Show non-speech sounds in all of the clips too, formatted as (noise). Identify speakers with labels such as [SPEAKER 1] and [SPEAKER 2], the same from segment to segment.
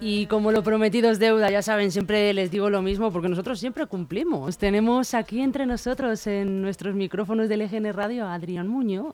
[SPEAKER 1] Y como lo prometido es deuda, ya saben, siempre les digo lo mismo, porque nosotros siempre cumplimos. Tenemos aquí entre nosotros, en nuestros micrófonos del EGN Radio, a Adrián Muñoz.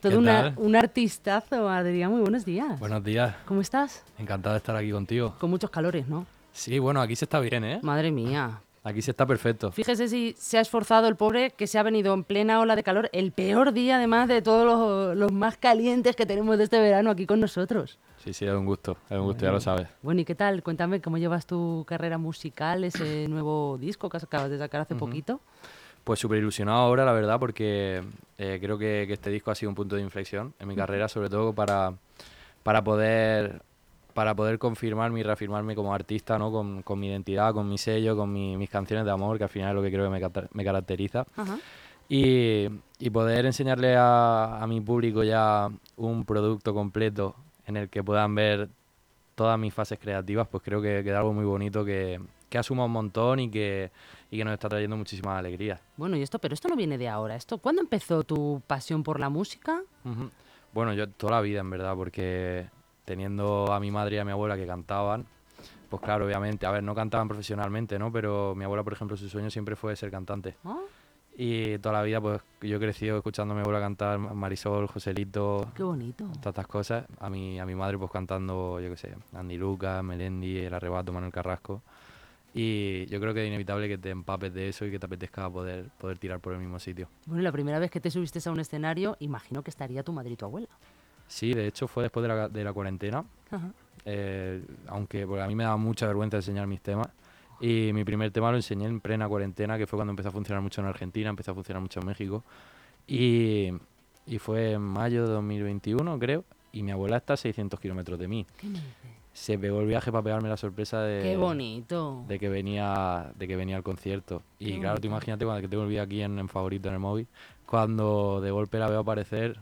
[SPEAKER 1] Todo una, un artistazo, Adrián. Muy buenos días.
[SPEAKER 2] Buenos días.
[SPEAKER 1] ¿Cómo estás?
[SPEAKER 2] Encantado de estar aquí contigo.
[SPEAKER 1] Con muchos calores, ¿no?
[SPEAKER 2] Sí, bueno, aquí se está bien, ¿eh?
[SPEAKER 1] Madre mía.
[SPEAKER 2] Aquí se está perfecto.
[SPEAKER 1] Fíjese si se ha esforzado el pobre que se ha venido en plena ola de calor, el peor día además de todos los, los más calientes que tenemos de este verano aquí con nosotros.
[SPEAKER 2] Sí, sí, es un gusto, es un gusto, bueno. ya lo sabes.
[SPEAKER 1] Bueno, ¿y qué tal? Cuéntame cómo llevas tu carrera musical,
[SPEAKER 2] (clears throat)
[SPEAKER 1] ese nuevo disco que acabas de sacar hace uh -huh. poquito.
[SPEAKER 2] Pues súper ilusionado ahora, la verdad, porque eh, creo que, que, este disco ha sido un punto de inflexión en mi carrera, sobre todo para, para poder para poder confirmarme y reafirmarme como artista, ¿no? Con, con mi identidad, con mi sello, con mi, mis canciones de amor, que al final es lo que creo que me, me caracteriza. Uh -huh. y, y, poder enseñarle a, a mi público ya un producto completo en el que puedan ver todas mis fases creativas, pues creo que queda algo muy bonito que, que asuma un montón y que, y que nos está trayendo muchísimas alegrías.
[SPEAKER 1] Bueno, y esto, pero esto no viene de ahora. Esto, ¿Cuándo empezó tu pasión por la música?
[SPEAKER 2] Uh -huh. Bueno, yo toda la vida, en verdad, porque teniendo a mi madre y a mi abuela que cantaban, pues claro, obviamente, a ver, no cantaban profesionalmente, ¿no? Pero mi abuela, por ejemplo, su sueño siempre fue ser cantante. ¿Ah? Y toda la vida, pues yo he crecido escuchando a mi abuela cantar Marisol, Joselito.
[SPEAKER 1] Qué bonito.
[SPEAKER 2] Todas estas cosas. A mi, a mi madre, pues cantando, yo qué sé, Andy Lucas, Melendi, El Arrebato, Manuel Carrasco. Y yo creo que es inevitable que te empapes de eso y que te apetezca poder, poder tirar por el mismo sitio.
[SPEAKER 1] Bueno, la primera vez que te subiste a un escenario, imagino que estaría tu madre y tu abuela.
[SPEAKER 2] Sí, de hecho fue después de la, de la cuarentena. Ajá. Eh, aunque porque a mí me daba mucha vergüenza enseñar mis temas. Y mi primer tema lo enseñé en plena cuarentena, que fue cuando empezó a funcionar mucho en Argentina, empezó a funcionar mucho en México. Y, y fue en mayo de 2021, creo, y mi abuela está a 600 kilómetros de mí.
[SPEAKER 1] ¿Qué me dices?
[SPEAKER 2] Se pegó el viaje para pegarme la sorpresa de,
[SPEAKER 1] Qué bonito.
[SPEAKER 2] Eh, de que venía de que venía al concierto. Y Qué claro, tú imagínate cuando que tengo el vídeo aquí en, en favorito en el móvil, cuando de golpe la veo aparecer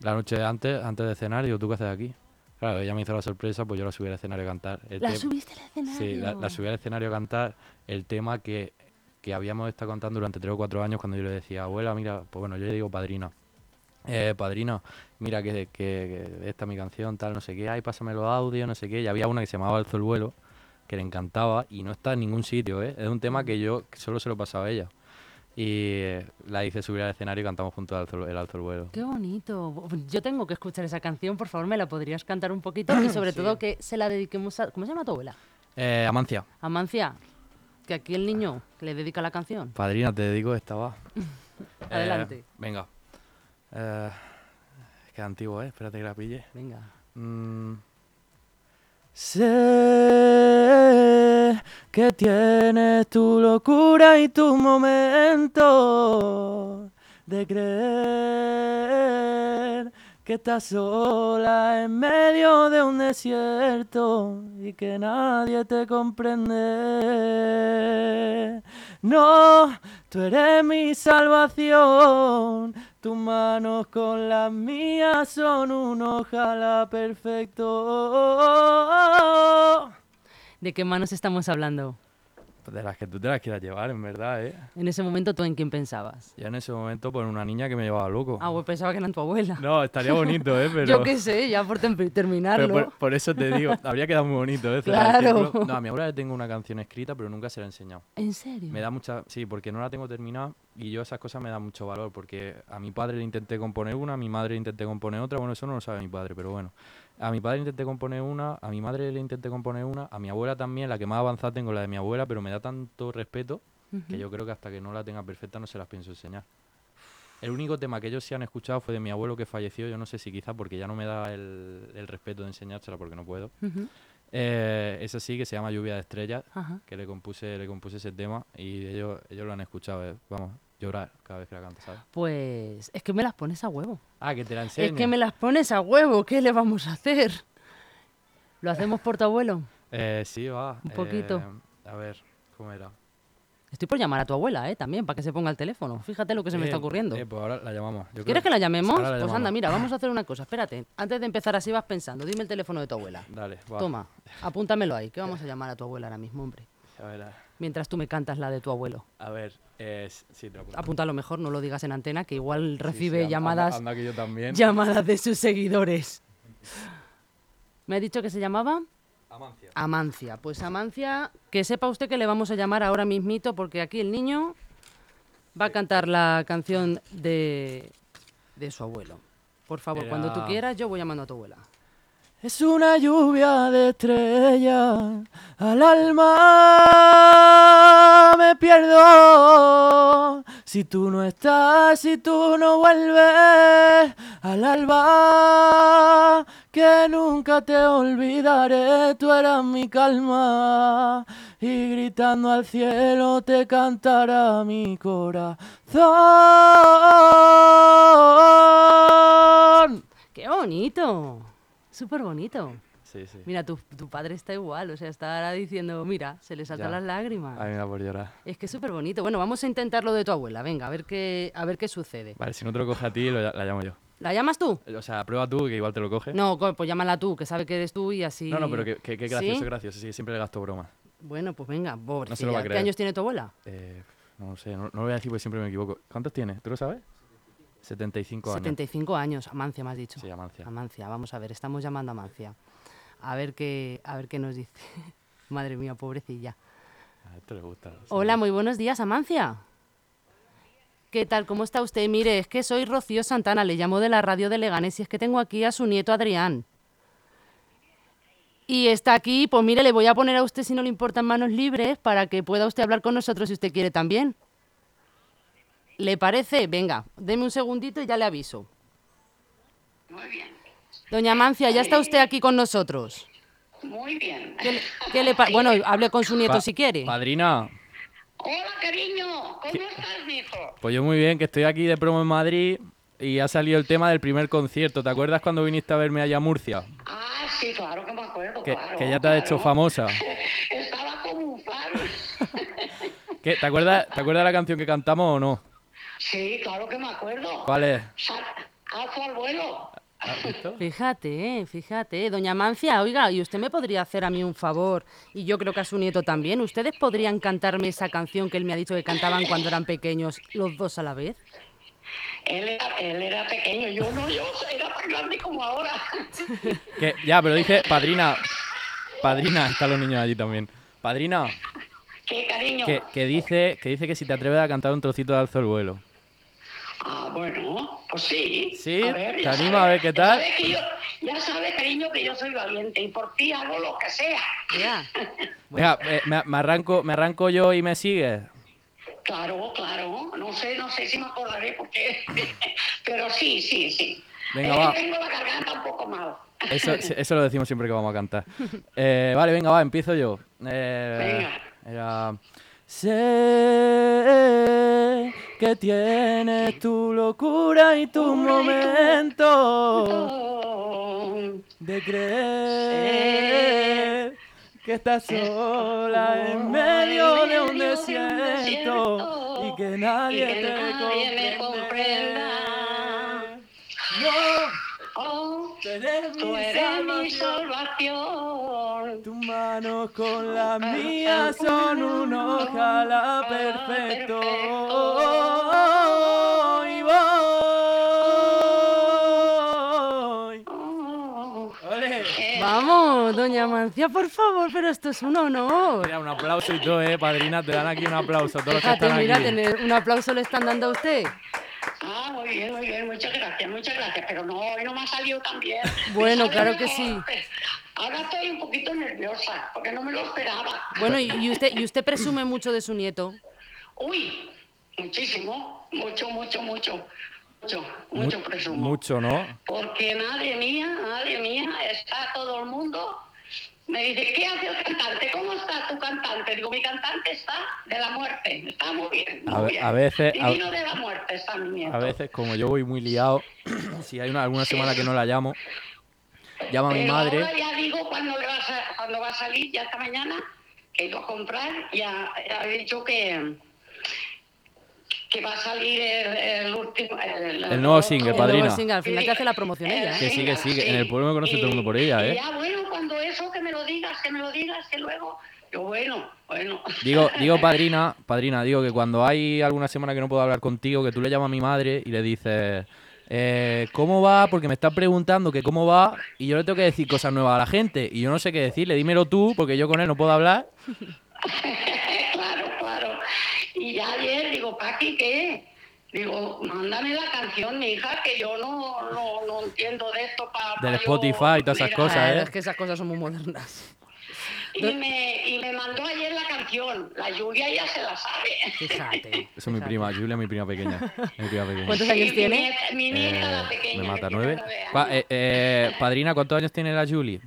[SPEAKER 2] la noche de antes, antes de cenar, digo, ¿tú qué haces aquí? Claro, ella me hizo la sorpresa, pues yo la subí al escenario a cantar. Este,
[SPEAKER 1] El ¿La subiste al escenario?
[SPEAKER 2] Sí, la, la, subí al escenario a cantar el tema que, que, habíamos estado cantando durante tres o cuatro años cuando yo le decía, abuela, mira, pues bueno, yo le digo padrina. Eh, padrina, mira que, que, que, esta es mi canción, tal, no sé qué, ay, pásame los audios, no sé qué. Y había una que se llamaba Alzo el vuelo, que le encantaba y no está en ningún sitio, ¿eh? Es un tema que yo solo se lo pasaba a ella. Y eh, la hice subir al escenario y cantamos juntos el alto, el vuelo.
[SPEAKER 1] Qué bonito. Yo tengo que escuchar esa canción, por favor, me la podrías cantar un (clears throat) poquito y sobre sí. todo que se la dediquemos a... ¿Cómo se llama tu abuela?
[SPEAKER 2] Eh, Amancia.
[SPEAKER 1] Amancia, que aquí el niño que le dedica la canción.
[SPEAKER 2] Padrina, te dedico esta, va.
[SPEAKER 1] Adelante.
[SPEAKER 2] Eh, venga. Eh, es que es antiguo, ¿eh? Espérate que la pille.
[SPEAKER 1] Venga.
[SPEAKER 2] Mm. Sé que tienes tu locura y tu momento de creer que estás sola en medio de un desierto y que nadie te comprende. No, tú eres mi salvación. Tus manos con las mías son un ojalá perfecto.
[SPEAKER 1] ¿De qué manos estamos hablando?
[SPEAKER 2] Pues de las que tú te las quieras llevar, en verdad, ¿eh?
[SPEAKER 1] En ese momento, ¿tú en quién pensabas?
[SPEAKER 2] Yo en ese momento, por una niña que me llevaba loco.
[SPEAKER 1] Ah, pues pensaba que era tu abuela.
[SPEAKER 2] No, estaría bonito, ¿eh? Pero...
[SPEAKER 1] (laughs) Yo qué sé, ya por terminarlo.
[SPEAKER 2] Pero por, por, eso te digo, habría quedado muy bonito,
[SPEAKER 1] (laughs)
[SPEAKER 2] ¿eh?
[SPEAKER 1] Claro.
[SPEAKER 2] No, a mi abuela le tengo una canción escrita, pero nunca se la he enseñado.
[SPEAKER 1] ¿En serio?
[SPEAKER 2] Me da mucha... Sí, porque no la tengo terminada y yo esas cosas me dan mucho valor, porque a mi padre le intenté componer una, a mi madre le intenté componer otra, bueno, eso no lo sabe mi padre, pero bueno. A mi padre le intenté componer una, a mi madre le intenté componer una, a mi abuela también, la que más avanzada tengo la de mi abuela, pero me da tanto respeto uh -huh. que yo creo que hasta que no la tenga perfecta no se las pienso enseñar. El único tema que ellos sí han escuchado fue de mi abuelo que falleció, yo no sé si quizá porque ya no me da el, el respeto de enseñársela porque no puedo. Uh -huh. eh, esa sí que se llama Lluvia de Estrellas, uh -huh. que le compuse, le compuse ese tema y ellos, ellos lo han escuchado, eh. vamos, llorar cada vez que la canto, ¿sabes?
[SPEAKER 1] Pues es que me las pones a huevo.
[SPEAKER 2] Ah, que te la enseño.
[SPEAKER 1] Es que me las pones a huevo, ¿qué le vamos a hacer? ¿Lo hacemos por tu abuelo?
[SPEAKER 2] Eh, sí, va.
[SPEAKER 1] Un poquito. Pues
[SPEAKER 2] Eh, a ver, ¿cómo era?
[SPEAKER 1] Estoy por llamar a tu abuela, ¿eh? También, para que se ponga el teléfono. Fíjate lo que se
[SPEAKER 2] eh,
[SPEAKER 1] me está ocurriendo.
[SPEAKER 2] Eh, pues ahora la llamamos. Yo
[SPEAKER 1] ¿Quieres que la llamemos?
[SPEAKER 2] Ahora la
[SPEAKER 1] pues
[SPEAKER 2] llamamos.
[SPEAKER 1] anda, mira,
[SPEAKER 2] (laughs)
[SPEAKER 1] vamos a hacer una cosa. Espérate, antes de empezar así vas pensando. Dime el teléfono de tu abuela.
[SPEAKER 2] Dale, va.
[SPEAKER 1] Toma, apúntamelo ahí,
[SPEAKER 2] (laughs)
[SPEAKER 1] que vamos a llamar a tu abuela ahora mismo, hombre.
[SPEAKER 2] A ver, a ver.
[SPEAKER 1] Mientras tú me cantas la de tu abuelo.
[SPEAKER 2] A ver, eh, sí, te lo apunto.
[SPEAKER 1] Apúntalo mejor, no lo digas en antena, que igual recibe sí, sí, anda,
[SPEAKER 2] llamadas.
[SPEAKER 1] Anda,
[SPEAKER 2] anda que yo también.
[SPEAKER 1] Llamadas de sus seguidores. Me ha dicho que se llamaba
[SPEAKER 2] Amancia.
[SPEAKER 1] Amancia. Pues Amancia, que sepa usted que le vamos a llamar ahora mismito porque aquí el niño va
[SPEAKER 2] Eh.
[SPEAKER 1] a cantar la canción de, de su abuelo. Por favor,
[SPEAKER 2] Era-
[SPEAKER 1] cuando tú quieras, yo voy llamando a tu abuela.
[SPEAKER 2] Es una lluvia de estrellas, al alma me pierdo. Si tú no estás, si tú no vuelves, al alba que nunca te olvidaré, tú eras mi calma. Y gritando al cielo te cantará mi corazón.
[SPEAKER 1] ¡Qué bonito! Súper bonito.
[SPEAKER 2] Sí, sí.
[SPEAKER 1] Mira, tu, tu padre está igual, o sea, está ahora diciendo, mira, se le saltan
[SPEAKER 2] Ya.
[SPEAKER 1] las lágrimas.
[SPEAKER 2] A mí me da por llorar.
[SPEAKER 1] Es que es súper bonito. Bueno, vamos a intentar lo de tu abuela, venga, a ver qué, a ver qué sucede.
[SPEAKER 2] Vale, si no te lo coge a ti, lo ll- la llamo yo.
[SPEAKER 1] ¿La llamas tú?
[SPEAKER 2] O sea, prueba tú que igual te lo coge.
[SPEAKER 1] No, co- pues llámala tú, que sabe que eres tú y así...
[SPEAKER 2] ¿Eh? no, no, pero que, que- que gracioso,
[SPEAKER 1] ¿Sí?
[SPEAKER 2] gracioso. Sí, siempre le gasto broma.
[SPEAKER 1] Bueno, pues venga, pobre.
[SPEAKER 2] No se lo va a
[SPEAKER 1] ¿Qué
[SPEAKER 2] creer.
[SPEAKER 1] años tiene tu abuela?
[SPEAKER 2] Eh, no lo sé, no, no lo voy a decir porque siempre me equivoco. ¿Cuántos tienes? ¿Tú lo sabes? 75 años.
[SPEAKER 1] 75 años. Amancia, me has dicho.
[SPEAKER 2] Sí, Amancia.
[SPEAKER 1] Amancia, vamos a ver, estamos llamando a Amancia. A ver qué, a ver qué nos dice. (laughs) Madre mía, pobrecilla.
[SPEAKER 2] A esto le gusta. sí.
[SPEAKER 1] Hola, muy buenos días, Amancia. ¿Qué tal? ¿Cómo está usted? Mire, es que soy Rocío Santana, le llamo de la radio de Leganés y es que tengo aquí a su nieto Adrián. Y está aquí, pues mire, le voy a poner a usted si no le importan manos libres para que pueda usted hablar con nosotros si usted quiere también. ¿Le parece? Venga, deme un segundito y ya le aviso.
[SPEAKER 3] Muy bien,
[SPEAKER 1] Doña Amancia, ya está usted aquí con nosotros.
[SPEAKER 3] muy bien.
[SPEAKER 1] ¿Qué le, qué le pa- bueno, hable con su nieto
[SPEAKER 2] Pa-
[SPEAKER 1] si quiere.
[SPEAKER 2] Padrina,
[SPEAKER 3] Hola, cariño, ¿cómo estás, mijo?
[SPEAKER 2] pues yo muy bien, que estoy aquí de promo en Madrid y ha salido el tema del primer concierto. ¿Te acuerdas cuando viniste a verme allá a Murcia?
[SPEAKER 3] Ah, sí, claro que me acuerdo,
[SPEAKER 2] Que,
[SPEAKER 3] claro.
[SPEAKER 2] que ya te has hecho
[SPEAKER 3] claro.
[SPEAKER 2] famosa.
[SPEAKER 3] Estaba como un faro.
[SPEAKER 2] ¿Qué, ¿Te acuerdas te acuerdas de la canción que cantamos o no?
[SPEAKER 3] Sí, claro que me acuerdo.
[SPEAKER 2] ¿Cuál es?
[SPEAKER 3] Sal, alza al vuelo.
[SPEAKER 2] ¿Has visto?
[SPEAKER 1] Fíjate, eh, fíjate, eh, doña Mancia, oiga, y usted me podría hacer a mí un favor, y yo creo que a su nieto también. ¿Ustedes podrían cantarme esa canción que él me ha dicho que cantaban cuando eran pequeños, los dos a la vez?
[SPEAKER 3] Él era, él era pequeño, yo no, yo era tan grande como ahora.
[SPEAKER 2] Que- ya, pero dije, padrina, padrina, (laughs) están los niños allí también. Padrina,
[SPEAKER 3] Qué cariño.
[SPEAKER 2] que, que dice, que dice que si te atreves a cantar un trocito de alzo el vuelo.
[SPEAKER 3] Ah, bueno, pues sí.
[SPEAKER 2] Sí,
[SPEAKER 3] A ver,
[SPEAKER 2] te
[SPEAKER 3] ya
[SPEAKER 2] anima
[SPEAKER 3] sabes-
[SPEAKER 2] a ver qué
[SPEAKER 3] ya
[SPEAKER 2] tal.
[SPEAKER 3] sabes que yo- ya sabes, cariño, que yo soy valiente y por ti hago lo que sea.
[SPEAKER 1] Ya.
[SPEAKER 2] Venga, eh, me, me arranco, me arranco yo y me sigues.
[SPEAKER 3] Claro, claro. No sé, no sé si me acordaré porque... (laughs) Pero sí, sí, sí.
[SPEAKER 2] Venga,
[SPEAKER 3] Es que
[SPEAKER 2] va.
[SPEAKER 3] Tengo la garganta un poco mal.
[SPEAKER 2] (laughs) Eso, eso lo decimos siempre que vamos a cantar. Eh, vale, venga, va, empiezo yo. Eh, era, Sé que tienes tu locura y tu momento de creer que estás sola Eh. en medio de un desierto y que nadie
[SPEAKER 3] que nadie me
[SPEAKER 2] te comprenda.
[SPEAKER 3] comprenda.
[SPEAKER 2] No,
[SPEAKER 3] Oh,
[SPEAKER 2] tú eres
[SPEAKER 3] tú
[SPEAKER 2] mi
[SPEAKER 3] eres mi
[SPEAKER 2] salvación.
[SPEAKER 3] salvación.
[SPEAKER 2] Tus manos con las mías son un ojalá perfecto. Y voy.
[SPEAKER 3] Oh,
[SPEAKER 2] ¡Ole!
[SPEAKER 3] eh,
[SPEAKER 1] Vamos, doña Mancia, por favor, pero esto es un honor.
[SPEAKER 2] Mira, un aplauso y todo, eh, padrina. Te dan aquí un aplauso. Todos los que
[SPEAKER 1] Fíjate,
[SPEAKER 2] están
[SPEAKER 1] mira,
[SPEAKER 2] aquí.
[SPEAKER 1] tener un aplauso le están dando a usted.
[SPEAKER 3] Ah, muy bien, muy bien, muchas gracias, muchas gracias. Pero no, hoy no me ha salido tan bien.
[SPEAKER 1] Bueno,
[SPEAKER 3] Me sale
[SPEAKER 1] claro que
[SPEAKER 3] mejor. Ahora estoy un poquito nerviosa porque no me lo esperaba.
[SPEAKER 1] Bueno, y, y usted, y usted presume mucho de su nieto.
[SPEAKER 3] Uy, muchísimo, mucho, mucho, mucho, mucho, mucho presumo.
[SPEAKER 2] Mucho, ¿no?
[SPEAKER 3] Porque madre mía, madre mía, está todo el mundo. Me dice, ¿qué hace el cantante? ¿Cómo está tu cantante? Digo, mi cantante está de la muerte, está muy bien.
[SPEAKER 2] A
[SPEAKER 3] muy
[SPEAKER 2] ve-
[SPEAKER 3] bien.
[SPEAKER 2] a veces- a-
[SPEAKER 3] Divino de la muerte está mi nieto.
[SPEAKER 2] A veces, como yo voy muy liado, (clears throat) si hay una, alguna semana que no la llamo, llamo a mi
[SPEAKER 3] Pero
[SPEAKER 2] madre.
[SPEAKER 3] Ahora ya digo cuando, le va a, sa- cuando va a salir, ya esta mañana, que iba a comprar, ya, ha dicho que que va a salir el, el último. El,
[SPEAKER 2] El nuevo single,
[SPEAKER 1] El
[SPEAKER 2] padrina.
[SPEAKER 1] nuevo single, al final que hace la promoción ella, ¿eh?
[SPEAKER 2] Que sí, que sí, que en el pueblo me conoce todo el mundo por ella,
[SPEAKER 3] y
[SPEAKER 2] ¿eh?
[SPEAKER 3] Ya, bueno, cuando eso, que me lo digas, que me lo digas, que luego. Yo, bueno, bueno.
[SPEAKER 2] Digo, digo padrina, padrina, digo que cuando hay alguna semana que no puedo hablar contigo, que tú le llamas a mi madre y le dices, Eh, ¿Cómo va? Porque me están preguntando que cómo va y yo le tengo que decir cosas nuevas a la gente y yo no sé qué decirle. Dímelo tú, porque yo con él no puedo hablar.
[SPEAKER 3] (laughs) claro, claro. Y ya ayer digo, Paqui, ¿qué? Digo, mándame la canción, mi hija, que yo no, no, no entiendo de esto para...
[SPEAKER 2] Del Spotify y todas esas cosas,
[SPEAKER 1] Claro,
[SPEAKER 2] ¿eh?
[SPEAKER 1] Ah, Es que esas cosas son muy modernas.
[SPEAKER 3] Y me, y me mandó ayer la canción. La lluvia ya se la sabe.
[SPEAKER 1] Fíjate.
[SPEAKER 2] Eso es mi
[SPEAKER 1] fíjate.
[SPEAKER 2] prima, Julia, mi prima pequeña. Mi prima pequeña.
[SPEAKER 1] ¿Cuántos años
[SPEAKER 3] (laughs) Sí, Mi
[SPEAKER 1] tiene?
[SPEAKER 3] nieta, mi nieta,
[SPEAKER 2] Eh,
[SPEAKER 3] la pequeña.
[SPEAKER 2] me mata
[SPEAKER 3] que
[SPEAKER 2] nueve.
[SPEAKER 3] tiene años.
[SPEAKER 2] Pa- eh, eh, padrina, ¿cuántos años tiene la Julie?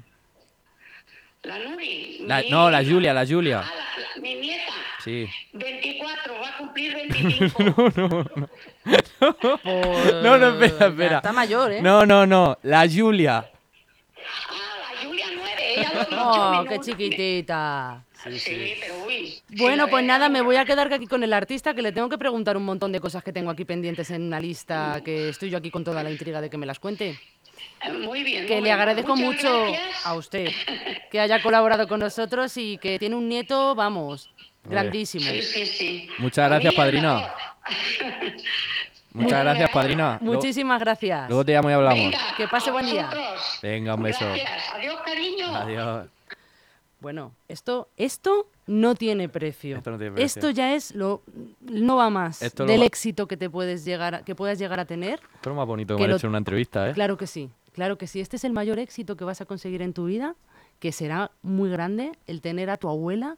[SPEAKER 3] La Nuri.
[SPEAKER 2] La-
[SPEAKER 3] mi-
[SPEAKER 2] no, la Julia, la Julia.
[SPEAKER 3] Ah, la- la- mi nieta.
[SPEAKER 1] (laughs)
[SPEAKER 2] Sí.
[SPEAKER 3] 24, va
[SPEAKER 2] (laughs)
[SPEAKER 3] a cumplir 25.
[SPEAKER 1] Por-
[SPEAKER 2] (laughs) No, no, espera,
[SPEAKER 1] ya
[SPEAKER 2] espera.
[SPEAKER 1] Está mayor, ¿eh?
[SPEAKER 2] No, no, no, la Julia.
[SPEAKER 3] Ah, la Julia 9, ella lo dijo.
[SPEAKER 1] (laughs) Oh, qué chiquitita.
[SPEAKER 3] Sí, pero uy.
[SPEAKER 1] Bueno,
[SPEAKER 3] sí,
[SPEAKER 1] pues
[SPEAKER 3] eh,
[SPEAKER 1] nada, me voy a quedar aquí con el artista que le tengo que preguntar un montón de cosas que tengo aquí pendientes en una lista que estoy yo aquí con toda la intriga de que me las cuente.
[SPEAKER 3] eh, Muy bien.
[SPEAKER 1] Que
[SPEAKER 3] muy
[SPEAKER 1] le
[SPEAKER 3] bien.
[SPEAKER 1] agradezco
[SPEAKER 3] Muchas
[SPEAKER 1] mucho
[SPEAKER 3] gracias.
[SPEAKER 1] a usted que haya colaborado con nosotros y que tiene un nieto, vamos, grandísimo.
[SPEAKER 3] Sí, sí, sí.
[SPEAKER 2] Muchas gracias,
[SPEAKER 3] Mira,
[SPEAKER 2] padrina.
[SPEAKER 3] mejor.
[SPEAKER 2] Muchas gracias, padrina. Ah, Luego-
[SPEAKER 1] Muchísimas gracias.
[SPEAKER 2] Luego te llamo y hablamos.
[SPEAKER 3] Venga,
[SPEAKER 1] Que pase
[SPEAKER 3] a
[SPEAKER 1] buen día.
[SPEAKER 3] vosotros.
[SPEAKER 2] Venga, un beso.
[SPEAKER 3] Gracias. Adiós, cariño.
[SPEAKER 2] Adiós.
[SPEAKER 1] Bueno, esto, esto no tiene precio.
[SPEAKER 2] Esto no tiene precio.
[SPEAKER 1] Esto ya es lo no va más
[SPEAKER 2] Esto lo
[SPEAKER 1] del
[SPEAKER 2] va-
[SPEAKER 1] éxito que te puedes llegar a- que puedas llegar a tener.
[SPEAKER 2] Esto es lo más bonito que,
[SPEAKER 1] Que
[SPEAKER 2] me han
[SPEAKER 1] lo-
[SPEAKER 2] hecho en una entrevista, ¿eh?
[SPEAKER 1] Claro que sí, claro que sí. Este es el mayor éxito que vas a conseguir en tu vida, que será muy grande el tener a tu abuela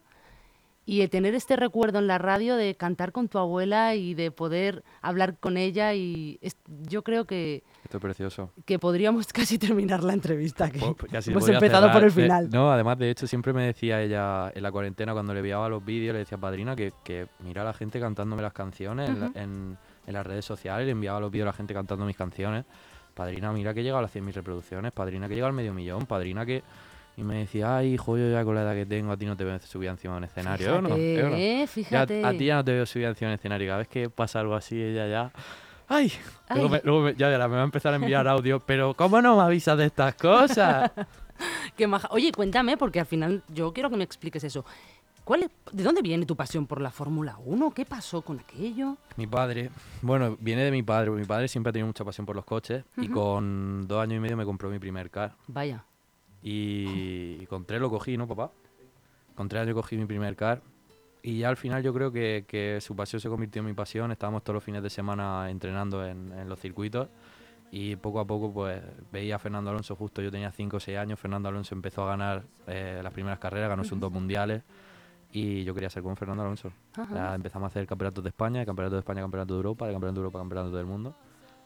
[SPEAKER 1] y el tener este recuerdo en la radio de cantar con tu abuela y de poder hablar con ella y es- yo creo que,
[SPEAKER 2] Esto
[SPEAKER 1] (laughs)
[SPEAKER 2] es precioso.
[SPEAKER 1] que podríamos casi terminar la entrevista aquí.
[SPEAKER 2] Pues, pues ya sí,
[SPEAKER 1] Hemos
[SPEAKER 2] podía
[SPEAKER 1] empezado
[SPEAKER 2] cerrar. eh,
[SPEAKER 1] por el
[SPEAKER 2] De-
[SPEAKER 1] final.
[SPEAKER 2] no, además, de hecho, siempre me decía ella en la cuarentena, cuando le enviaba los vídeos, le decía, padrina, que, que mira a la gente cantándome las canciones en la- en, en las redes sociales, le enviaba los vídeos a la gente cantando mis canciones. Padrina, mira que he llegado a las 100.000 reproducciones, padrina, que he llegado al medio millón, padrina, que... Y me decía, ay, hijo, yo ya con la edad que tengo, a ti no te veo subir encima de un escenario. ¿eh o no?
[SPEAKER 1] Fíjate,
[SPEAKER 2] ¿eh o no?
[SPEAKER 1] eh,
[SPEAKER 2] Ya-
[SPEAKER 1] fíjate.
[SPEAKER 2] a ti ya no te veo subir encima de un escenario. Cada vez que pasa algo así, ella ya... ¡Ay! Luego,
[SPEAKER 1] Ay.
[SPEAKER 2] me- luego me- ya verás, me va a empezar a enviar audio, pero ¿cómo no me avisas de
[SPEAKER 1] (laughs)
[SPEAKER 2] estas cosas?
[SPEAKER 1] Qué maja. Oye, cuéntame, porque al final yo quiero que me expliques eso. ¿Cuál es- ¿De dónde viene tu pasión por la Fórmula 1? ¿Qué pasó con aquello?
[SPEAKER 2] Mi padre, bueno, viene de mi padre. Mi padre siempre ha tenido mucha pasión por los coches y con dos años y medio me compró mi primer car.
[SPEAKER 1] Vaya.
[SPEAKER 2] Y, y con tres lo cogí, ¿no, papá? Con tres años cogí mi primer car. Y ya al final yo creo que, que su pasión se convirtió en mi pasión. Estábamos todos los fines de semana entrenando en, en los circuitos. Y poco a poco pues veía a Fernando Alonso justo. Yo tenía 5 o 6 años. Fernando Alonso empezó a ganar eh, las primeras carreras, ganó sus dos mundiales. Y yo quería ser como Fernando Alonso. Ya empezamos a hacer campeonatos de España, de campeonato de España, campeonato de Europa, de campeonato de Europa, campeonato del mundo.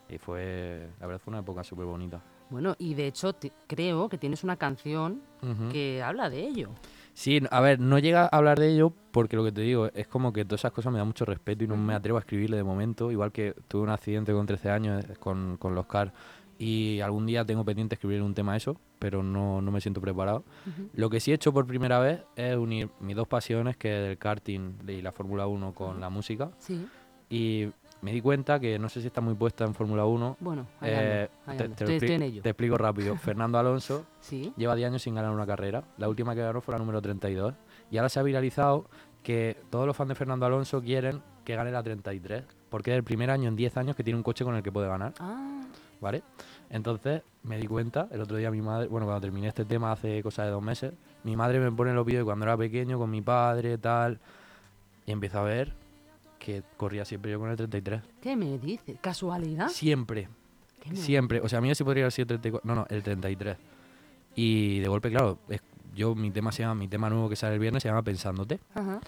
[SPEAKER 2] Y fue, la verdad, fue una época súper bonita.
[SPEAKER 1] Bueno, y de hecho te- creo que tienes una canción
[SPEAKER 2] Ujú.
[SPEAKER 1] que habla de ello.
[SPEAKER 2] Sí, a ver, no llega a hablar de ello porque lo que te digo es como que todas esas cosas me dan mucho respeto y no me atrevo a escribirle de momento. Igual que tuve un accidente con 13 años eh, con, con los CAR y algún día tengo pendiente escribir un tema a eso, pero no, no me siento preparado. Lo que sí he hecho por primera vez es unir mis dos pasiones, que es el karting y la Fórmula 1 con la música.
[SPEAKER 1] Sí.
[SPEAKER 2] Y me di cuenta que no sé si está muy puesta en Fórmula 1.
[SPEAKER 1] Bueno, ahí ando,
[SPEAKER 2] Eh,
[SPEAKER 1] ahí
[SPEAKER 2] te-
[SPEAKER 1] ando.
[SPEAKER 2] te lo
[SPEAKER 1] Estoy- estoy en
[SPEAKER 2] expli-
[SPEAKER 1] ello.
[SPEAKER 2] te explico
[SPEAKER 1] (laughs)
[SPEAKER 2] rápido. Fernando Alonso
[SPEAKER 1] Sí.
[SPEAKER 2] lleva 10 años sin ganar una carrera. La última que ganó fue la número 32. Y ahora se ha viralizado que todos los fans de Fernando Alonso quieren que gane la 33. Porque es el primer año en 10 años que tiene un coche con el que puede ganar.
[SPEAKER 1] Ah,
[SPEAKER 2] ¿Vale? Entonces me di cuenta, el otro día mi madre, bueno, cuando terminé este tema hace cosa de dos meses, mi madre me pone los vídeos de cuando era pequeño con mi padre, tal. Y empiezo a ver que corría siempre yo con el 33.
[SPEAKER 1] ¿qué me dices? ¿Casualidad?
[SPEAKER 2] Siempre.
[SPEAKER 1] ¿Qué me-
[SPEAKER 2] Siempre. O sea, a mí sí podría haber sido el 34. No, no, el 33. Y de golpe, claro, es- yo mi tema se llama, mi tema nuevo que sale el viernes se llama Pensándote.
[SPEAKER 1] Ajá.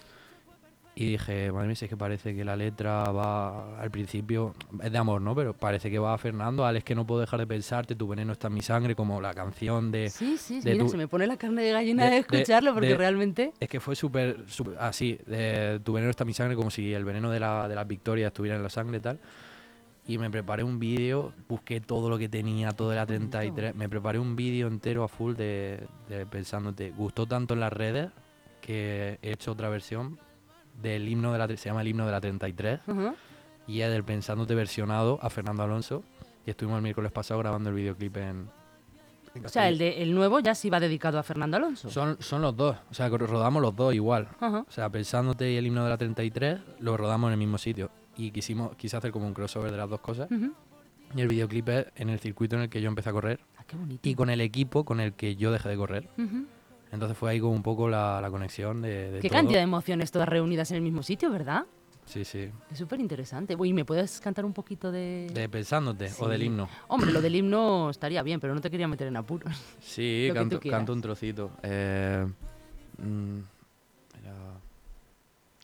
[SPEAKER 2] Y dije, madre mía, si es que parece que la letra va al principio, es de amor, ¿no? Pero parece que va a Fernando, Alex, que no puedo dejar de pensarte, tu veneno está en mi sangre, como la canción de...
[SPEAKER 1] Sí, sí,
[SPEAKER 2] Eh, de
[SPEAKER 1] mira,
[SPEAKER 2] tu-
[SPEAKER 1] se me pone la carne de gallina
[SPEAKER 2] de-
[SPEAKER 1] de,
[SPEAKER 2] de-
[SPEAKER 1] escucharlo porque
[SPEAKER 2] de-
[SPEAKER 1] realmente...
[SPEAKER 2] Es que fue súper, súper- así, de, tu veneno está en mi sangre, como si el veneno de la, de las victorias estuviera en la sangre y tal. Y me preparé un vídeo, busqué todo lo que tenía, todo era 33. Me preparé un vídeo entero a full de, de pensándote. Gustó tanto en las redes que he hecho otra versión del himno de la... tre- Se llama el himno de la 33
[SPEAKER 1] Ajá.
[SPEAKER 2] y es del Pensándote versionado a Fernando Alonso. Y estuvimos el miércoles pasado grabando el videoclip en...
[SPEAKER 1] O
[SPEAKER 2] en
[SPEAKER 1] sea,
[SPEAKER 2] Castellón.
[SPEAKER 1] el, de, el nuevo ya sí va dedicado a Fernando Alonso.
[SPEAKER 2] Son, son los dos, o sea, que rodamos los dos igual.
[SPEAKER 1] Ajá.
[SPEAKER 2] O sea, pensándote y el himno de la 33, lo rodamos en el mismo sitio. Y quisimos, quise hacer como un crossover de las dos cosas.
[SPEAKER 1] Ujú.
[SPEAKER 2] Y el videoclip es en el circuito en el que yo empecé a correr
[SPEAKER 1] Ah, qué bonito.
[SPEAKER 2] y con el equipo con el que yo dejé de correr.
[SPEAKER 1] Ujú.
[SPEAKER 2] Entonces fue ahí como un poco la, la conexión de, de
[SPEAKER 1] Qué eh?
[SPEAKER 2] todo.
[SPEAKER 1] cantidad de emociones todas reunidas en el mismo sitio, ¿verdad?
[SPEAKER 2] Sí, sí.
[SPEAKER 1] Es súper interesante. Uy, ¿me puedes cantar un poquito de...?
[SPEAKER 2] De pensándote o
[SPEAKER 1] Sí.
[SPEAKER 2] del himno.
[SPEAKER 1] Hombre, lo del himno estaría bien, pero no te quería meter en apuros.
[SPEAKER 2] Sí,
[SPEAKER 1] Lo que tú
[SPEAKER 2] canto,
[SPEAKER 1] quieras.
[SPEAKER 2] canto un trocito. Eh, mm, era-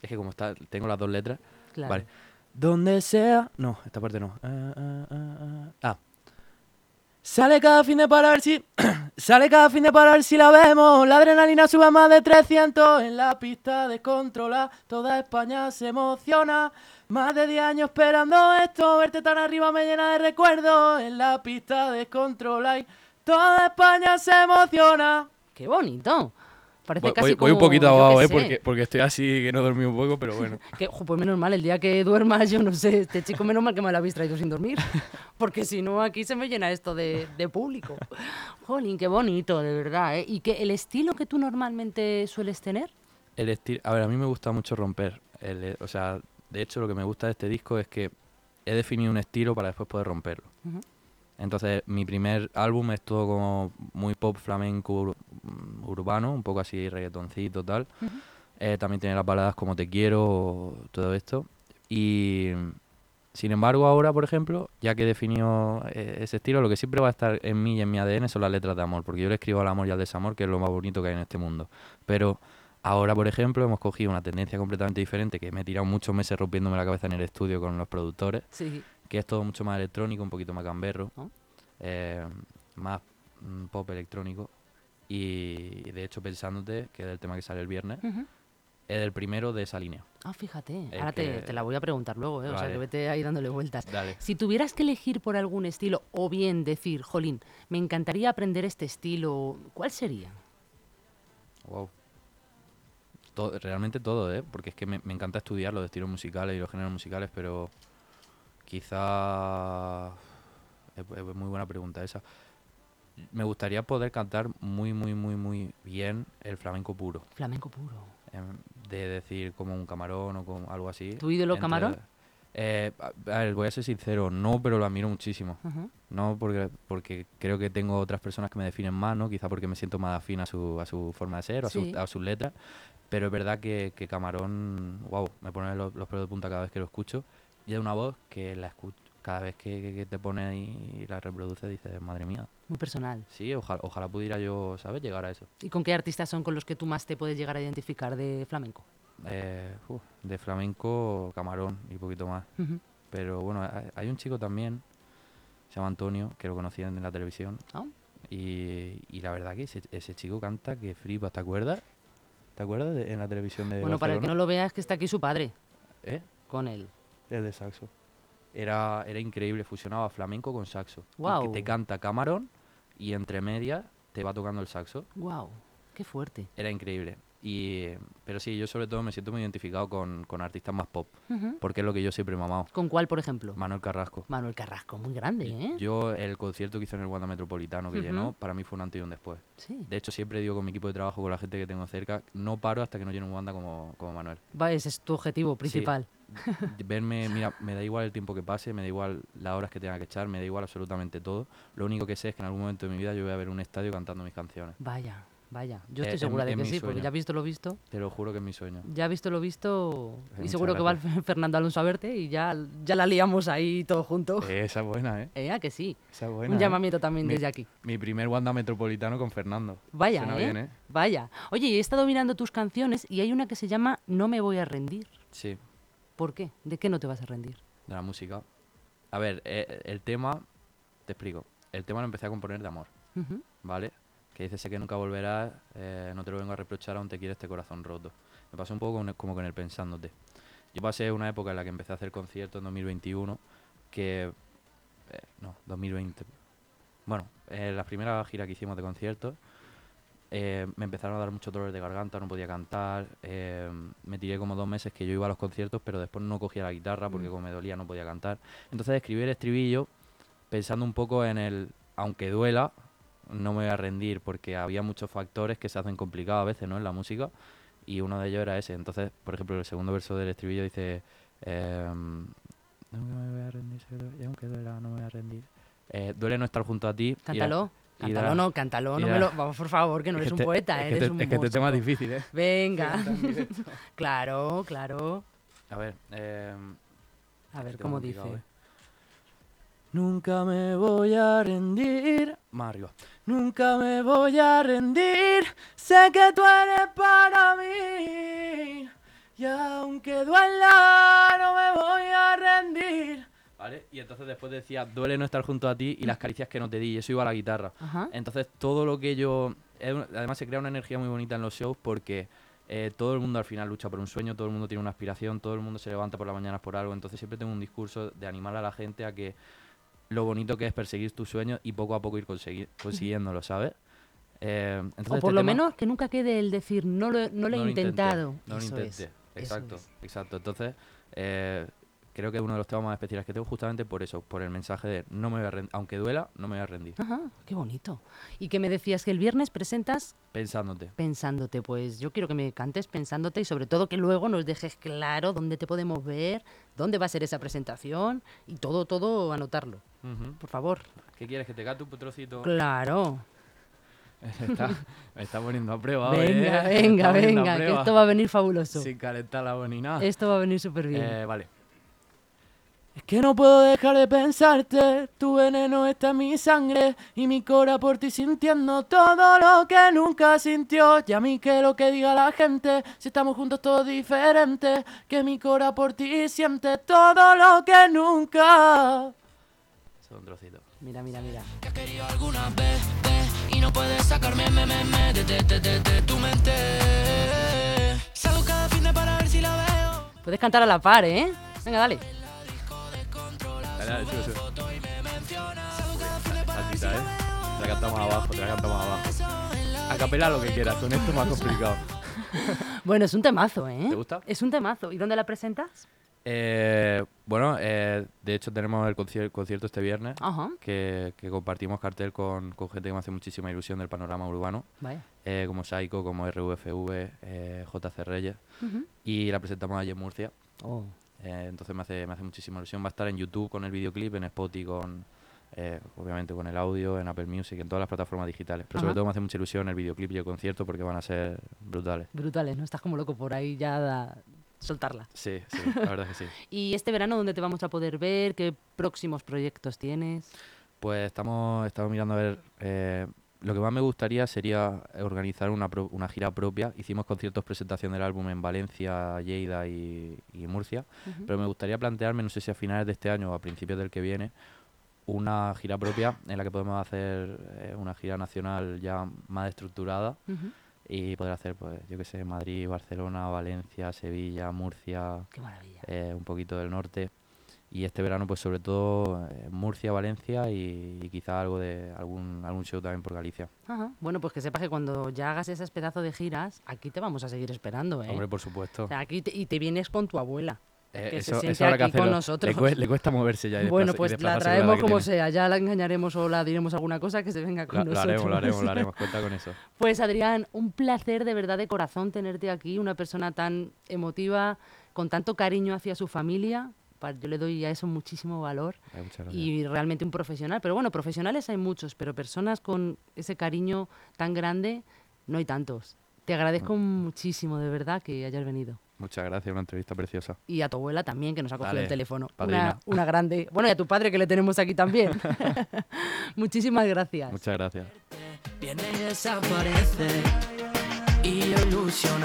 [SPEAKER 2] Es que como está, tengo las dos letras.
[SPEAKER 1] Claro.
[SPEAKER 2] Vale. Donde sea. No, esta parte no. Ah, ah, ah, ah. Ah. Sale cada fin de para ver si. (coughs) Sale cada fin de para ver si la vemos. La adrenalina sube a más de 300. En la pista descontrola. Toda España se emociona. Más de 10 años esperando esto. Verte tan arriba me llena de recuerdos. En la pista descontrola. Y toda España se emociona.
[SPEAKER 1] ¡Qué bonito! Parece
[SPEAKER 2] Voy,
[SPEAKER 1] casi
[SPEAKER 2] voy un
[SPEAKER 1] como-
[SPEAKER 2] poquito
[SPEAKER 1] yo qué
[SPEAKER 2] abajo, eh,
[SPEAKER 1] sé.
[SPEAKER 2] porque, porque estoy así que no dormí un poco, pero bueno.
[SPEAKER 1] Que, jo, pues menos mal, el día que duermas, (laughs) yo no sé, este chico, menos mal que me lo habéis traído sin
[SPEAKER 2] (laughs)
[SPEAKER 1] dormir. Porque si no, aquí se me llena esto de, de
[SPEAKER 2] (laughs)
[SPEAKER 1] público. Jolín, qué bonito, de verdad, ¿eh? Y que el estilo que tú normalmente sueles tener,
[SPEAKER 2] El esti- a ver, a mí me gusta mucho romper. El, eh, o sea, de hecho lo que me gusta de este disco es que he definido un estilo para después poder romperlo.
[SPEAKER 1] Ujú.
[SPEAKER 2] Entonces, mi primer álbum es todo como muy pop flamenco ur- mm, urbano, un poco así reggaetoncito tal. Eh, también tiene las baladas como Te quiero, o todo esto. Y sin embargo, ahora, por ejemplo, ya que he definido eh, ese estilo, lo que siempre va a estar en mí y en mi ADN son las letras de amor, porque yo le escribo al amor y al desamor, que es lo más bonito que hay en este mundo. Pero ahora, por ejemplo, hemos cogido una tendencia completamente diferente, que me he tirado muchos meses rompiéndome la cabeza en el estudio con los productores,
[SPEAKER 1] sí,
[SPEAKER 2] que es todo mucho más electrónico, un poquito más gamberro,
[SPEAKER 1] ¿No?
[SPEAKER 2] eh, más mm, pop electrónico. Y de hecho, pensándote, que es el tema que sale el viernes,
[SPEAKER 1] Ujú.
[SPEAKER 2] es el primero de esa línea.
[SPEAKER 1] Ah, fíjate.
[SPEAKER 2] Es
[SPEAKER 1] Ahora te,
[SPEAKER 2] que-
[SPEAKER 1] te la voy a preguntar luego, ¿eh? O sea,
[SPEAKER 2] Vale.
[SPEAKER 1] que vete ahí dándole vueltas.
[SPEAKER 2] Dale.
[SPEAKER 1] Si tuvieras que elegir por algún estilo, o bien decir, Jolín, me encantaría aprender este estilo, ¿cuál sería?
[SPEAKER 2] Wow. Todo- realmente todo, ¿eh? Porque es que me, me encanta estudiar los estilos musicales y los géneros musicales, pero quizá... Es, es muy buena pregunta esa. Me gustaría poder cantar muy, muy, muy, muy bien el flamenco puro.
[SPEAKER 1] Flamenco puro.
[SPEAKER 2] em, de decir como un camarón o como algo así.
[SPEAKER 1] ¿Tu ídolo Camarón?
[SPEAKER 2] Eh, a a ver, voy a ser sincero, no, pero lo admiro muchísimo.
[SPEAKER 1] Ujú.
[SPEAKER 2] No, porque, porque creo que tengo otras personas que me definen más, ¿no? Quizá porque me siento más afín a su, a su forma de ser, o a,
[SPEAKER 1] Sí.
[SPEAKER 2] sus a sus letras. Pero es verdad que, que Camarón, wow, me pone los, los pelos de punta cada vez que lo escucho. Y es una voz que la escucho, cada vez que, que- que te pone ahí y la reproduce, dices, madre mía.
[SPEAKER 1] Muy personal.
[SPEAKER 2] Sí, ojalá, ojalá pudiera yo, ¿sabes? Llegar a eso.
[SPEAKER 1] ¿Y con qué artistas son con los que tú más te puedes llegar a identificar de flamenco?
[SPEAKER 2] Eh, uf, de flamenco, Camarón y poquito más.
[SPEAKER 1] Ujú.
[SPEAKER 2] Pero bueno, hay, hay un chico también, se llama Antonio, que lo conocí en la televisión.
[SPEAKER 1] Ah.
[SPEAKER 2] Y, y la verdad que ese, ese chico canta que flipas, ¿te acuerdas? ¿Te acuerdas de- en la televisión de
[SPEAKER 1] Bueno, para el que no
[SPEAKER 2] Eh, Barcelona?
[SPEAKER 1] lo veas, que está aquí su padre
[SPEAKER 2] ¿Eh?
[SPEAKER 1] con él.
[SPEAKER 2] El de saxo. Era, era increíble, fusionaba flamenco con saxo. Y que
[SPEAKER 1] Guau.
[SPEAKER 2] te canta Camarón y entre medias te va tocando el saxo.
[SPEAKER 1] ¡Wow! ¡Qué fuerte!
[SPEAKER 2] Era increíble. Y, pero sí, yo sobre todo me siento muy identificado con, con artistas más pop, porque es lo que yo siempre he mamado.
[SPEAKER 1] ¿Con cuál, por ejemplo?
[SPEAKER 2] Manuel Carrasco.
[SPEAKER 1] Manuel Carrasco, muy grande, ¿eh?
[SPEAKER 2] Yo, el concierto que hizo en el Wanda Metropolitano que
[SPEAKER 1] Ujú.
[SPEAKER 2] llenó, para mí fue un antes y un después.
[SPEAKER 1] Sí.
[SPEAKER 2] De hecho, siempre digo con mi equipo de trabajo, con la gente que tengo cerca, no paro hasta que no llene un Wanda como, como Manuel.
[SPEAKER 1] Va, ese es tu objetivo principal.
[SPEAKER 2] De Verme, mira, me da igual el tiempo que pase, me da igual las horas que tenga que echar, me da igual absolutamente todo. Lo único que sé es que en algún momento de mi vida yo voy a ver un estadio cantando mis canciones.
[SPEAKER 1] Vaya, vaya. Yo
[SPEAKER 2] Eh,
[SPEAKER 1] estoy
[SPEAKER 2] es
[SPEAKER 1] segura
[SPEAKER 2] mi-
[SPEAKER 1] de
[SPEAKER 2] es
[SPEAKER 1] que
[SPEAKER 2] mi
[SPEAKER 1] sí, porque
[SPEAKER 2] sueño.
[SPEAKER 1] ya visto lo visto,
[SPEAKER 2] Te lo juro que es mi sueño.
[SPEAKER 1] ya visto lo visto, y
[SPEAKER 2] muchas
[SPEAKER 1] seguro que va el (laughs) Fernando Alonso a verte y ya, ya la liamos ahí todos juntos.
[SPEAKER 2] Eh, Esa es buena, ¿eh?
[SPEAKER 1] Eh, ¿a que sí?
[SPEAKER 2] Esa es buena.
[SPEAKER 1] Un
[SPEAKER 2] ¿eh?
[SPEAKER 1] llamamiento también
[SPEAKER 2] Mi-
[SPEAKER 1] desde aquí.
[SPEAKER 2] Mi primer Wanda Metropolitano con Fernando.
[SPEAKER 1] Vaya,
[SPEAKER 2] Suena
[SPEAKER 1] ¿eh?
[SPEAKER 2] bien, ¿eh?
[SPEAKER 1] Vaya. Oye, he estado mirando tus canciones y hay una que se llama No me voy a rendir.
[SPEAKER 2] Sí.
[SPEAKER 1] ¿Por qué? ¿De qué no te vas a rendir?
[SPEAKER 2] de la música. A ver, eh, el tema, te explico. El tema lo empecé a componer de amor,
[SPEAKER 1] Ujú.
[SPEAKER 2] ¿vale? Que dice, sé que nunca volverás, eh, no te lo vengo a reprochar, aún te quiero este corazón roto. Me pasó un poco con el- como con el pensándote. Yo pasé una época en la que empecé a hacer conciertos en 2021, que... eh, no, 2020. Bueno, eh, en la primera gira que hicimos de conciertos, eh, me empezaron a dar muchos dolores de garganta, no podía cantar. eh, me tiré como dos meses que yo iba a los conciertos, pero después no cogía la guitarra
[SPEAKER 1] Mm.
[SPEAKER 2] porque como me dolía no podía cantar. Entonces escribí el estribillo pensando un poco en el, aunque duela, no me voy a rendir porque había muchos factores que se hacen complicados a veces ¿no? en la música y uno de ellos era ese. Entonces, por ejemplo, el segundo verso del estribillo dice... em, No me voy a rendir, y aunque duela, no me voy a rendir. Eh, duele no estar junto a ti. y la-
[SPEAKER 1] Cántalo.
[SPEAKER 2] y la-
[SPEAKER 1] Cántalo, no, cántalo. No
[SPEAKER 2] irá.
[SPEAKER 1] me lo... Vamos, por favor, que no
[SPEAKER 2] Es
[SPEAKER 1] eres
[SPEAKER 2] que
[SPEAKER 1] un
[SPEAKER 2] te-
[SPEAKER 1] poeta,
[SPEAKER 2] es que
[SPEAKER 1] eres
[SPEAKER 2] te-
[SPEAKER 1] un
[SPEAKER 2] Es que este
[SPEAKER 1] monstruo.
[SPEAKER 2] tema es difícil, ¿eh?
[SPEAKER 1] Venga. (laughs) claro, claro.
[SPEAKER 2] A ver, eh,
[SPEAKER 1] A ver
[SPEAKER 2] Este
[SPEAKER 1] cómo dice.
[SPEAKER 2] complicado, ¿eh? Nunca me voy a rendir. Más arriba. Nunca me voy a rendir. Sé que tú eres para mí. Y aunque duela, no me voy a rendir. Vale, y entonces después decía, duele no estar junto a ti y las caricias que no te di. Y eso iba a la guitarra.
[SPEAKER 1] Ajá.
[SPEAKER 2] Entonces todo lo que yo... es un- Además se crea una energía muy bonita en los shows porque eh, todo el mundo al final lucha por un sueño, todo el mundo tiene una aspiración, todo el mundo se levanta por las mañanas por algo. Entonces siempre tengo un discurso de animar a la gente a que lo bonito que es perseguir tus sueños y poco a poco ir consegui- consiguiéndolo, ¿sabes? Eh, entonces
[SPEAKER 1] O
[SPEAKER 2] este
[SPEAKER 1] por lo
[SPEAKER 2] tema-
[SPEAKER 1] menos que nunca quede el decir no lo, he- no lo he
[SPEAKER 2] intenté,
[SPEAKER 1] intentado.
[SPEAKER 2] no lo
[SPEAKER 1] Eso es,
[SPEAKER 2] intenté.
[SPEAKER 1] eso
[SPEAKER 2] Exacto,
[SPEAKER 1] es.
[SPEAKER 2] exacto. Entonces, eh, creo que es uno de los temas más especiales que tengo justamente por eso, por el mensaje de no me voy a rendir, aunque duela, no me voy a rendir.
[SPEAKER 1] Ajá, qué bonito. Y que me decías que el viernes presentas
[SPEAKER 2] Pensándote.
[SPEAKER 1] pensándote, pues yo quiero que me cantes pensándote y sobre todo que luego nos dejes claro dónde te podemos ver, dónde va a ser esa presentación y todo, todo anotarlo,
[SPEAKER 2] Ujú.
[SPEAKER 1] por favor.
[SPEAKER 2] ¿Qué quieres? ¿Que te cate un trocito?
[SPEAKER 1] Claro.
[SPEAKER 2] Se (laughs) está, me está poniendo a prueba. hoy,
[SPEAKER 1] Venga,
[SPEAKER 2] ¿eh? (laughs)
[SPEAKER 1] venga,
[SPEAKER 2] Me está poniendo a
[SPEAKER 1] venga, que
[SPEAKER 2] prueba.
[SPEAKER 1] esto va a venir fabuloso.
[SPEAKER 2] Sin calentar la voz ni nada.
[SPEAKER 1] Esto va a venir súper bien.
[SPEAKER 2] Eh, vale. Es que no puedo dejar de pensarte, tu veneno está en mi sangre y mi cora por ti sintiendo todo lo que nunca sintió. Y a mí que lo que diga la gente, si estamos juntos todos diferentes, que mi cora por ti siente todo lo que nunca. Son trocitos.
[SPEAKER 1] Mira, mira, mira.
[SPEAKER 4] que has querido alguna vez ve, y no puedes sacarme me, me, me, de, de, de, de- de tu mente. Salgo cada fin de para ver si la veo.
[SPEAKER 1] Puedes cantar a la par, ¿eh? Venga, dale.
[SPEAKER 2] ¿eh? Te la cantamos abajo, te la cantamos abajo. A capela lo que quieras, con esto es más complicado.
[SPEAKER 1] Bueno, es un temazo, ¿eh?
[SPEAKER 2] ¿Te gusta?
[SPEAKER 1] Es un temazo. ¿Y dónde la presentas?
[SPEAKER 2] bueno, eh, de hecho tenemos el concier- concierto este viernes,
[SPEAKER 1] Ajá.
[SPEAKER 2] que, que compartimos cartel con, con gente que me hace muchísima ilusión del panorama urbano,
[SPEAKER 1] Vaya.
[SPEAKER 2] eh, como Saico, como RVFV, eh, JC Reyes,
[SPEAKER 1] Ujú.
[SPEAKER 2] y la presentamos allí en Murcia.
[SPEAKER 1] Oh.
[SPEAKER 2] Eh, entonces me hace, me hace muchísima ilusión. Va a estar en YouTube con el videoclip, en Spotify, con, eh, obviamente con el audio, en Apple Music, en todas las plataformas digitales. Pero sobre
[SPEAKER 1] Ajá.
[SPEAKER 2] todo me hace mucha ilusión el videoclip y el concierto porque van a ser brutales.
[SPEAKER 1] Brutales, ¿no? Estás como loco por ahí ya da- soltarla.
[SPEAKER 2] Sí, sí, la verdad
[SPEAKER 1] (laughs)
[SPEAKER 2] es que sí.
[SPEAKER 1] ¿Y este verano dónde te vamos a poder ver? ¿Qué próximos proyectos tienes?
[SPEAKER 2] Pues estamos, estamos mirando a ver. eh, lo que más me gustaría sería organizar una, pro- una gira propia. Hicimos conciertos, presentación del álbum en Valencia, Lleida y, y Murcia.
[SPEAKER 1] Ujú.
[SPEAKER 2] Pero me gustaría plantearme, no sé si a finales de este año o a principios del que viene, una gira propia en la que podemos hacer eh, una gira nacional ya más estructurada
[SPEAKER 1] Ujú.
[SPEAKER 2] y poder hacer, pues, yo qué sé, Madrid, Barcelona, Valencia, Sevilla, Murcia,
[SPEAKER 1] Qué maravilla.
[SPEAKER 2] eh, un poquito del norte. Y este verano, pues sobre todo eh, Murcia, Valencia y, y quizá algo de algún, algún show también por Galicia.
[SPEAKER 1] Ajá. Bueno, pues que sepas que cuando ya hagas esas pedazos de giras, aquí te vamos a seguir esperando, ¿eh?
[SPEAKER 2] Hombre, por supuesto.
[SPEAKER 1] O sea, aquí te- y te vienes con tu abuela.
[SPEAKER 2] Eh,
[SPEAKER 1] que se
[SPEAKER 2] eso,
[SPEAKER 1] siente
[SPEAKER 2] eso habrá que
[SPEAKER 1] aquí con
[SPEAKER 2] hacerlo.
[SPEAKER 1] nosotros.
[SPEAKER 2] Le, cue- le cuesta moverse ya. y
[SPEAKER 1] Bueno,
[SPEAKER 2] desplaza- y
[SPEAKER 1] pues la
[SPEAKER 2] desplazarse con edad
[SPEAKER 1] traemos
[SPEAKER 2] que
[SPEAKER 1] como
[SPEAKER 2] tiene.
[SPEAKER 1] sea, ya la engañaremos o la diremos alguna cosa que se venga con
[SPEAKER 2] La- lo
[SPEAKER 1] nosotros.
[SPEAKER 2] haremos, lo haremos, lo haremos. Cuenta con eso.
[SPEAKER 1] Pues Adrián, un placer de verdad de corazón tenerte aquí, una persona tan emotiva, con tanto cariño hacia su familia. Pa- Yo le doy a eso muchísimo valor
[SPEAKER 2] Ay, muchas gracias.
[SPEAKER 1] y realmente un profesional. Pero bueno, profesionales hay muchos, pero personas con ese cariño tan grande no hay tantos. Te agradezco
[SPEAKER 2] Mm.
[SPEAKER 1] muchísimo de verdad que hayas venido.
[SPEAKER 2] Muchas gracias, una entrevista preciosa.
[SPEAKER 1] Y a tu abuela también, que nos ha cogido
[SPEAKER 2] Dale,
[SPEAKER 1] el teléfono. Una,
[SPEAKER 2] padrina.
[SPEAKER 1] una grande. Bueno, y a tu padre que le tenemos aquí
[SPEAKER 2] (laughs)
[SPEAKER 1] también. (laughs) Muchísimas gracias.
[SPEAKER 2] Muchas gracias.
[SPEAKER 4] Viene y desaparece y yo ilusionado.